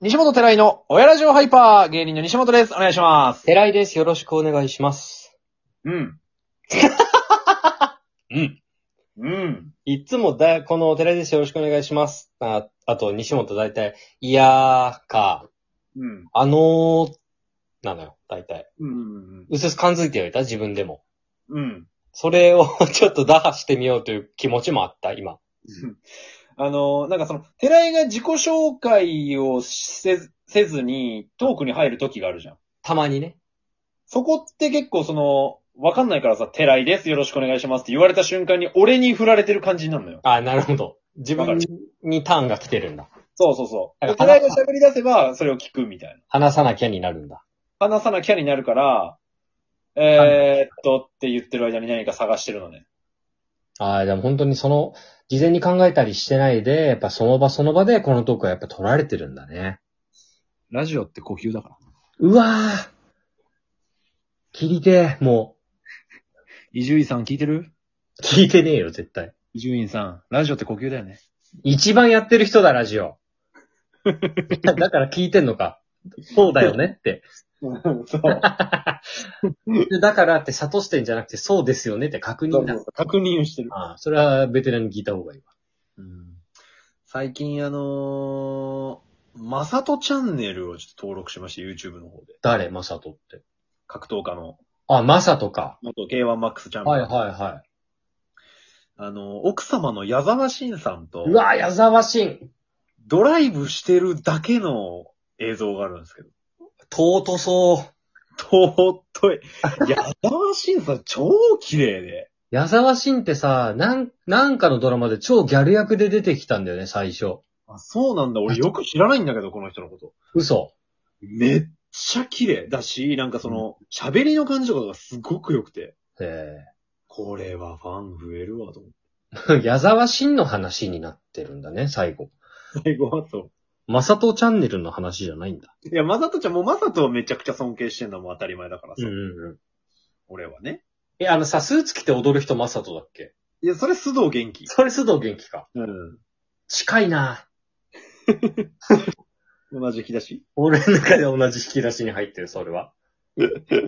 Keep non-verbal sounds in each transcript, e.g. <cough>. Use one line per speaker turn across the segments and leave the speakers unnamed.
西本寺井の親ラジオハイパー、芸人の西本です。お願いします。
寺井です。よろしくお願いします。
うん。 <laughs>
うん。
うん。
いつもだ、この寺井です。よろしくお願いします。ああと、西本大体、いやーか、
うん。
あのー、なのよ、大体。
うん。
うすうす感づいてはいた自分でも。
うん。
それを <laughs> ちょっと打破してみようという気持ちもあった、今。
あの、なんかその、寺井が自己紹介をせずせずに、トークに入る時があるじゃん。
たまにね。
そこって結構その、わかんないからさ、寺井です。よろしくお願いしますって言われた瞬間に、俺に振られてる感じになるのよ。
あ、なるほど。自
わ
分
か
にターンが来てるんだ。
そうそうそう。
な
で
んか
寺井が喋り出せば、それを聞くみたいな。
話さなきゃになるんだ。
話さなきゃになるから、えー、っと、って言ってる間に何か探してるのね。
あーでも本当にその、事前に考えたりしてないで、やっぱその場その場でこのトークはやっぱ取られてるんだね。
ラジオって呼吸だから。
うわぁ。切りてえ、も
伊集院さん聞いてる
う。聞いてねえよ、絶対。
伊集院さん。ラジオって呼吸だよね。
一番やってる人だ、ラジオ。だから聞いてんのか。そうだよねって。
<laughs> そう。
でだからって諭してんじゃなくて、そうですよねって <laughs> 確認だ。
確認してる。
ああ、それはベテランに聞いた方がいいわ。
うん。
最近あのー、まさとチャンネルをちょっと登録しまして、YouTube の方で。
誰マサトって。
格闘家の、
あ、マサトか。
元 K1MAX チャンピオン。
はいはいは
あのー、奥様の矢沢慎さんと
い。う、わぁ、矢沢慎。
ドライブしてるだけの映像があるんですけど。
尊そう。
とっ <laughs> とい。矢沢慎さん超綺麗で。
矢沢慎ってさ、なん、なんかのドラマで超ギャル役で出てきたんだよね、最初。
あ、そうなんだ。俺よく知らないんだけど、この人のこと。
嘘。
めっちゃ綺麗だし、なんかその、喋りの感じとかがすごく良くて、
え
これはファン増えるわ、と思って。
ー矢沢慎の話になってるんだね、最後。
<laughs> 最後はと。
マサトチャンネルの話じゃないんだ。
いや、まさとちゃんもまさとをめちゃくちゃ尊敬してんのも当たり前だからさ、
うん。
俺はね。
え、あのさ、スーツ着て踊る人マサトだっけ
いや、それ須藤元気。
それ須藤元気か。
うん。
近いな
同じ引き出し
俺の中で同じ引き出しに入ってる、それ <laughs> は。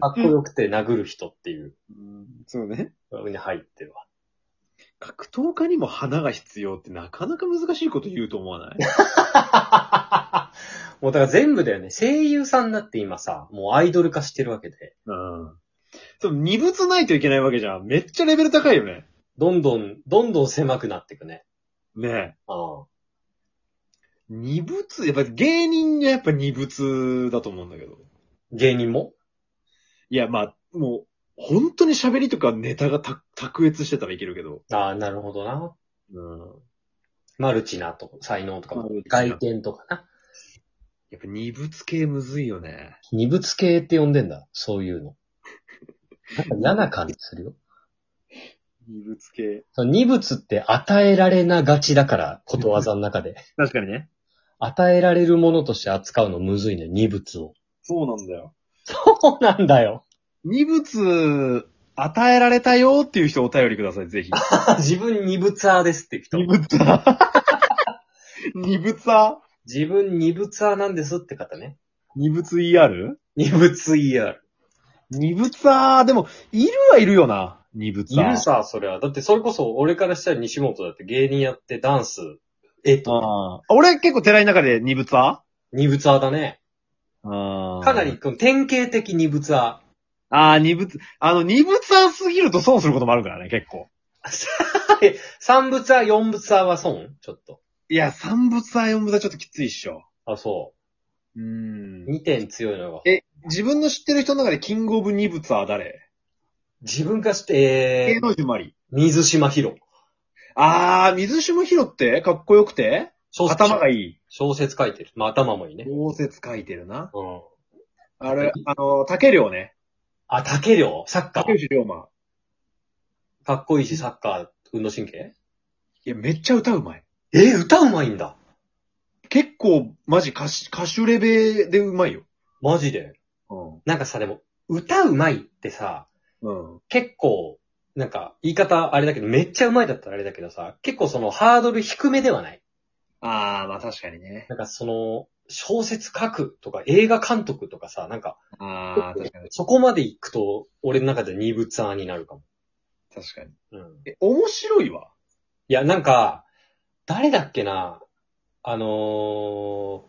かっこよくて殴る人っていう、
うん、そうね。
のに入ってるわ。
格闘家にも花が必要ってなかなか難しいこと言うと思わない
<laughs> もうだから全部だよね。声優さんだって今さ、もうアイドル化してるわけで、
うん。その、二物ないといけないわけじゃん。めっちゃレベル高いよね。
どんどん、どんどん狭くなってくね。
ねえ。
ああ。
二物、やっぱ芸人がやっぱ二物だと思うんだけど。
芸人も
いや、まあ、もう、本当に喋りとかネタがた卓越してたらいけるけど。
ああ、なるほどな。
うん。
マルチなとこ、才能とか
マルチ、な
外見とかな。
やっぱ二物系むずいよね。
二物系って呼んでんだ。そういうの。なんか嫌な感じするよ。
二物系。
その二物って与えられながちだから、ことわざの中 <laughs> で。
確かにね。
与えられるものとして扱うのむずいね、二物を。
そうなんだよ。
そうなんだよ。
二物、与えられたよっていう人お便りください、 <laughs> ぜひ。
自分二物派ですって人。
物だ。 <laughs> 二物だ
自分二物派なんですって方ね。
二物 ER?
二物 ER。
二物だ。でも、いるはいるよな。二物
いるさ、それは。だってそれこそ俺からしたら西本だって芸人やってダンス、えっと、
ああ。俺結構寺の中で二物だ
二物派だね。
ああ
かなり。この典型的二物派。
ああ、二物、あの、二物はすぎると損することもあるからね、結構。
三物派、四物派は損ちょっと。
いや、三物は四物はちょっときついっしょ。
あ、そうう。
ん。
二点強いのが。
え自分の知ってる人の中でキングオブ二物は誰
自分化して、え
芸
ー、
能人マリ。
水島ひろ。
あー、水島ひろってかっこよくて
小説
頭がいい。
小説書いてる。まあ頭もいいね。
応接書いてるな。
うん。
あれ、あの、竹良ね。
あ、竹良サッカ
竹
ー。
内涼真。
かっこいいし、サッカー、運動神経
いや、めっちゃ歌うまい。
えー歌うまいんだ。
結構、マジ歌手、歌手レベルでうまいよ。
マジで。
う
なんかさ、でも、歌うまいってさ、
ん。うん。
結構、なんか、言い方あれだけど、めっちゃうまいだったらあれだけどさ、結構そのハードル低めではない。
ああ、まあ確かにね。
なんかその、小説書くとか映画監督とかさ、なんか、
ああ、確かに。
そこまで行くと、俺の中で二物案になるかも。
確かに。
うん。
<laughs> え、面白いわ。
いや、なんか、誰だっけなあのー、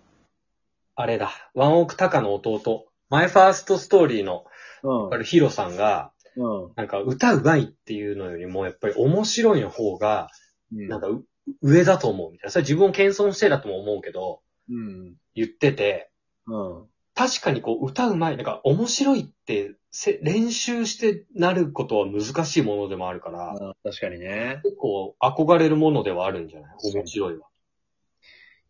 あれだ、ワンオクタカの弟、マイファーストストーリーの、
うん
あるヒロさんが、
う
なんか歌うまいっていうのよりも、やっぱり面白いの方が、
ん。
なんかう上だと思うみたいな。それ自分を謙遜してだとも思うけど、
うん。
言ってて、
うん。
確かにこう歌うまい、なんか面白いってせ練習してなることは難しいものでもあるから、
あ確かにね。
結構憧れるものではあるんじゃない
そう
面白いは。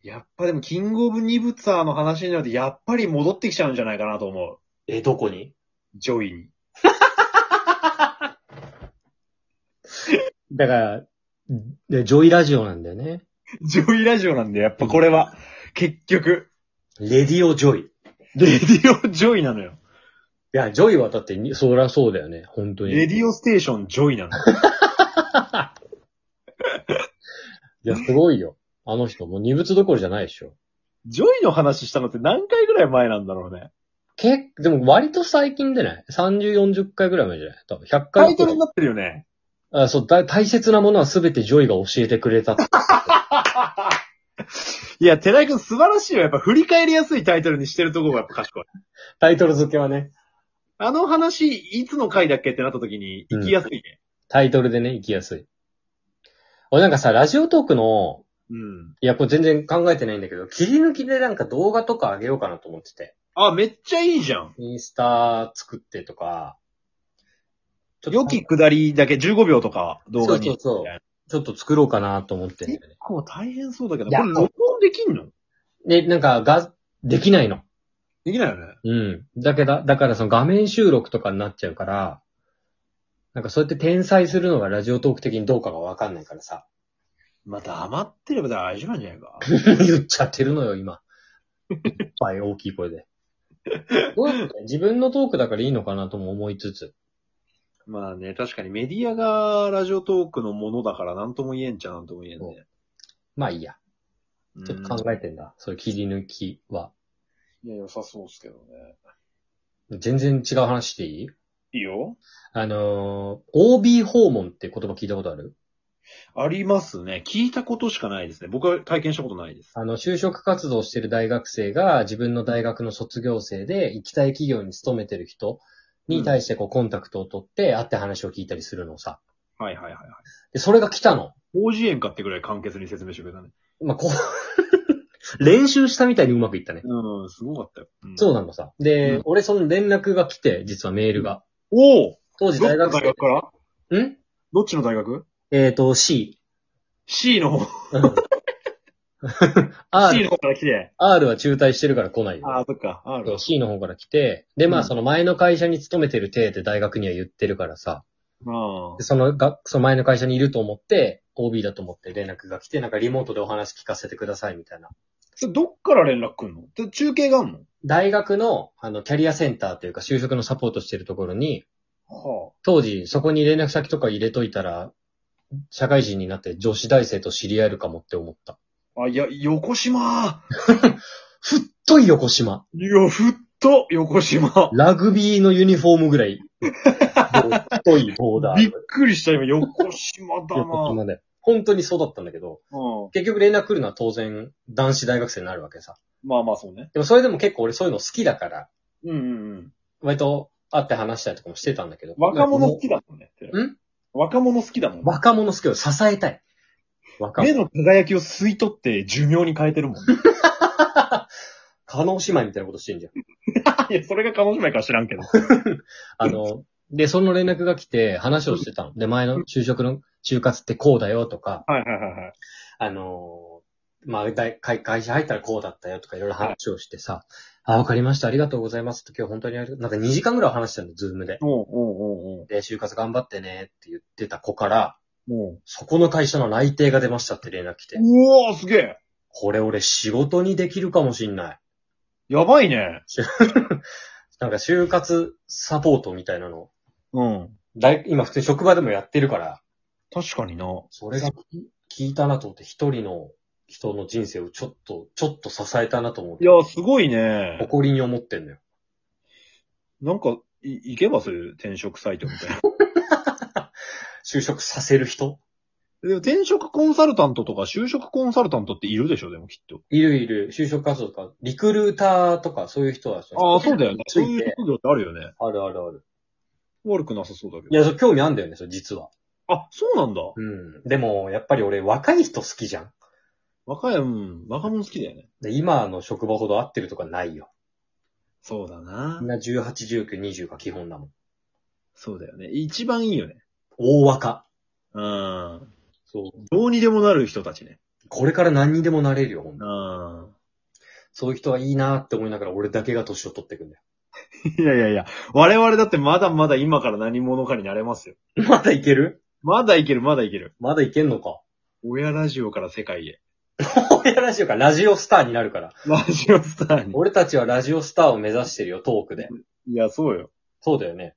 やっぱでも、キングオブニブツァーの話になると、やっぱり戻ってきちゃうんじゃないかなと思う。
え、どこに
ジョイに。
だから、ジョイラジオなんだよね。
<laughs> ジョイラジオなんで、やっぱこれは、結局、
レディオジョイ。い
レディオ <laughs> ジョイなのよ。
や、ジョイはだってに、そりゃそうだよね、本当に。
レディオステーションジョイなのよ。
いや、すごいよ。あの人、もう二物どころじゃないでしょ。
ジョイの話したのって何回ぐらい前なんだろうね。
けでも割と最近でない ?30、40回ぐらい前じゃない多分100回
タイトルになってるよね。
あそうだ、大切なものは全てジョイが教えてくれたって。
いや、寺井くん素晴らしいよ。やっぱ振り返りやすいタイトルにしてるとこがやっぱ賢い。
タイトル付けはね、
あの話、いつの回だっけってなった時に、行きやすいね。
タイトルでね、行きやすい。俺なんかさ、ラジオトークの、
うん。
いや、これ全然考えてないんだけど、切り抜きでなんか動画とか上げようかなと思ってて。
あ、めっちゃいいじゃん。
インスタ作ってとか、ちょっと
良き下りだけ15秒とか動画に。
そうそうそうちょっと作ろうかなと思ってんだよね。
結構大変そうだけど、
い
こ
や
れ録音できんの
で、なんか、が、できないの。
できないよね。
うん。だけど、だからその画面収録とかになっちゃうから、なんかそうやって転載するのがラジオトーク的にどうかがわかんないからさ。 <laughs>
まあ、黙ってれば大丈夫なんじゃないか。
言っちゃってるのよ、今。いっぱい大きい声
<laughs>
で。どうなんだろう自分のトークだからいいのかなとも思いつつ。
まあね、確かにメディアがラジオトークのものだから何とも言えんちゃなんとも言えんね。
まあいいや。ちょっと考
え。
えてんだ。それ切り抜きは。
いや、良さそうですけどね。
全然違う話していい
いいよ。
あのー、OB 訪問って言葉聞いたことある
ありますね。聞いたことしかないですね。僕は体験したことないです。
あの、就職活動してる大学生が自分の大学の卒業生で行きたい企業に勤めてる人に対してこうコンタクトを取って会って話を聞いたりするのをさ。
はいはいはいはい。
で、それが来たの。
広辞苑かってぐらい簡潔に説明してくれたね。
まあ、こう、 <laughs> 練習したみたいにうまくいったね。
うん、すごかったよ。うん
そうなのさ。で、
うん
俺その連絡が来て、実はメールが。
おお
当時大学
どっちの大
生
学。から
ん
どっちの大学
えっ、と、C。
?C の方。C
R、
の方から来て。
R は中退してるから来ないよ。
ああ、そっか。あ
そ
る
う。C の方から来て、で、ま
う
あ
ん
その前の会社に勤めてる体で大学には言ってるからさ。
あ
でそのが、その前の会社にいると思って、OB だと思って連絡が来て、なんかリモートでお話聞かせてくださいみたいな。
あ。どっから連絡来んので中継があんの
大学の、あの、キャリアセンターというか就職のサポートしてるところに、
は
当時そこに連絡先とか入れといたら、社会人になって女子大生と知り合えるかもって思った。
あ。あ、いや、横島。
ふっとい横島。
いや、ふっと、横 <laughs> 島。
ラグビーのユニフォームぐらい。太いボーダ
びっ
ー。
くりした、今、横島だ
横
な。
島で。本当にそうだったんだけど、
うん。
結局連絡来るのは当然男子大学生になるわけさ。
まあまあ、そうね。
でもそれでも結構俺そういうの好きだから、
うんうんうん。
割と会って話したりとかもしてたんだけど。
若者好きだもんね。
ん
若者好きだもんね。
若者好きを支えたい。若
目
者。
の輝きを吸い取って寿命に変えてるもん。
可能姉妹みたいなことしてんじゃん。
<laughs> いや、それが鹿児島か知らんけど。
あの、で、その連絡が来て話をしてたの。で、前の就職の就活ってこうだよとか、
はいはいはいはい。
あの、まあ、大会会社入ったらこうだったよとかいろいろ話をしてさ、あ、わかりました、ありがとうございますって今日本当にありがとうなんか2時間ぐらい話したの、ズームで。
おうおうおうおう
で、就活頑張ってねって言ってた子から、
も
そこの会社の内定が出ましたって連絡来て
う。、うわーすげえ
これ俺仕事にできるかもしんない。
やばいね。
なんか就活サポートみたいなの。
うん。
大今普通に職場でもやってるから、
確かにな。
それが聞いたなと思って一人の人の人生をちょっと、ちょっと支えたなと思う
い。や、すごいね。
誇りに思ってんのよ。
なんか、い、行けばそういう転職サイトみたいな。
就職させる人
<laughs> でも転職コンサルタントとか就職コンサルタントっているでしょ、でもきっと。
いるいる、就職活動とか、リクルーターとか、そういう人は、
ああ、そうだよね。
つ
そう
い
いう
て、
職業ってあるよね。
あるあるある。
悪くなさそうだけ
い
ど。
や、そう興味あんだよね、それ実は。
あ、そうなんだ。
うん。でも、やっぱり俺、若い人好きじゃん。
若い、うん、若者好きだよね。
で今の職場ほど合ってるとかないよ。
そうだな
みんな18、19、20が基本だもん。
そうだよね。一番いいよね。
大若。
うん。
そう。
どうにでもなる人たちね。
これから何にでもなれるよ、ほん
う
と。
ん。
そういう人はいいなって思いながら、俺だけが年を取ってくんだよ。
<laughs> いやいやいや、我々だってまだまだ今から何者かになれますよ。
まだいける
まだいける、まだいける。
まだいけんのか。 <laughs>
親ラジオから世界へ。
親ラジオか、ラジオスターになるから。
ラジオスターに。
俺たちはラジオスターを目指してるよ、トークで。
いや、そうよ。
そうだよね。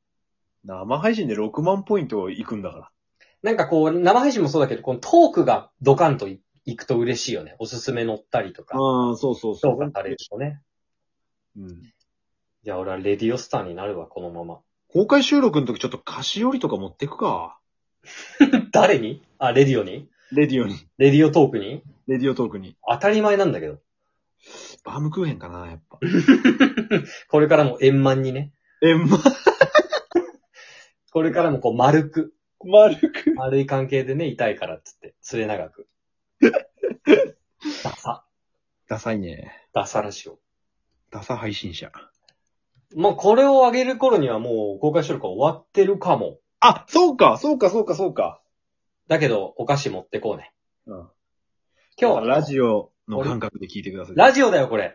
生配信で6万ポイントいくんだから。
なんかこう、生配信もそうだけど、このトークがドカンといいくと嬉しいよね。おすすめ乗ったりとか、
ああ、そうそうそ
評
う。
価されるとね。
うん。
じゃあ俺はレディオスターになるわ、このまま。
公開収録の時ちょっと菓子折りとか持ってくか。
誰にあ、レディオに
レディオに。
レディオトークに
レディオトークに。
当たり前なんだけど。
バームクーヘンかな、やっぱ。
これからも円満にね。
え、ま、
これからもこう丸く、
丸く。
丸い関係でね、痛いからっつって、末長く。ダサ。
ダサいね。
ダサラジオ。
ダサ配信者。
もうこれを上げる頃にはもう公開収録は終わってるかも。
あ、そうか、そうか、そうか、そうか。
だけど、お菓子持ってこうね。
うん。
今日は
ラジオの感覚で聞いてください。
ラジオだよ、これ。